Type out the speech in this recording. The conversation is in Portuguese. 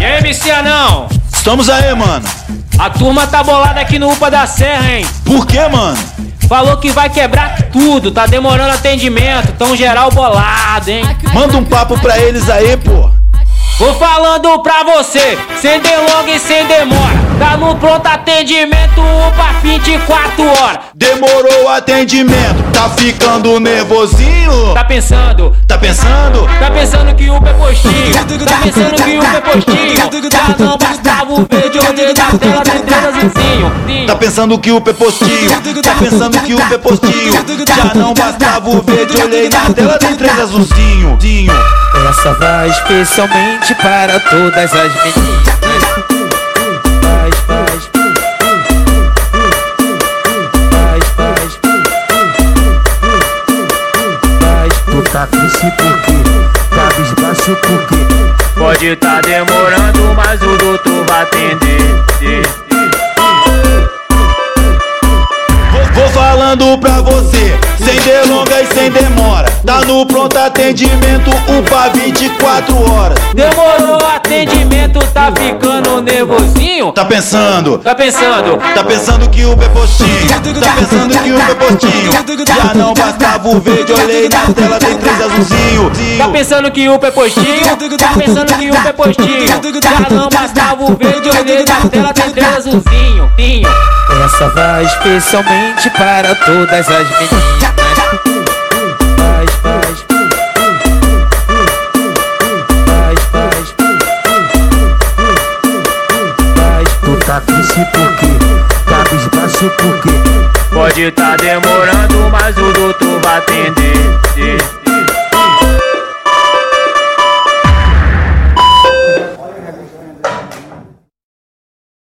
MC Anão, Estamos aí, mano. a turma tá bolada aqui no UPA da Serra, hein? Por quê, mano? Falou que vai quebrar tudo, tá demorando atendimento, tão geral bolado, hein? Manda um papo pra eles aí, pô. Vou falando pra você, sem delonga e sem demora. Tá no pronto atendimento, UPA 24 horas. Demorou o atendimento, tá ficando nervosinho? Tá pensando, Tá pensando? Tá pensando que o pé é postinho? Tá pensando que o pé é postinho? Tá não, Gustavo Verde, olheiro da tela, tem três vizinho. Tá pensando que o pepostinho? Tá pensando que o pepostinho? Já não bastava o verde, olhei na tela, tem três azulzinho. Zinho. Essa vai especialmente para todas as meninas. Faz, faz, faz, faz, faz, Tu tá triste por quê? Cabisbaixo por quê? Pode tá demorando, mas o doutor vai atender. Vou- Vou falando pra você, sem delonga e sem demora. Tá no pronto atendimento, UPA 24 horas. Demorou o atendimento, tá ficando nervosinho? Tá pensando? Tá pensando? Tá pensando que o pepostinho? Tá pensando que o pepostinho? Já não bastava o verde, olhei na tela, tem três azulzinho. Zinho. Tá pensando que o pé é postinho? Tá pensando que o pé é postinho? Já não bastava o verde, olheiro da tela, tem três azulzinho. Tinho. faz. Essa vai especialmente para todas as meninas. Faz, faz, faz, faz, faz, Tu tá triste por quê? Cabisbaixo por quê? Pode tá demorando, mas o doutor vai atender.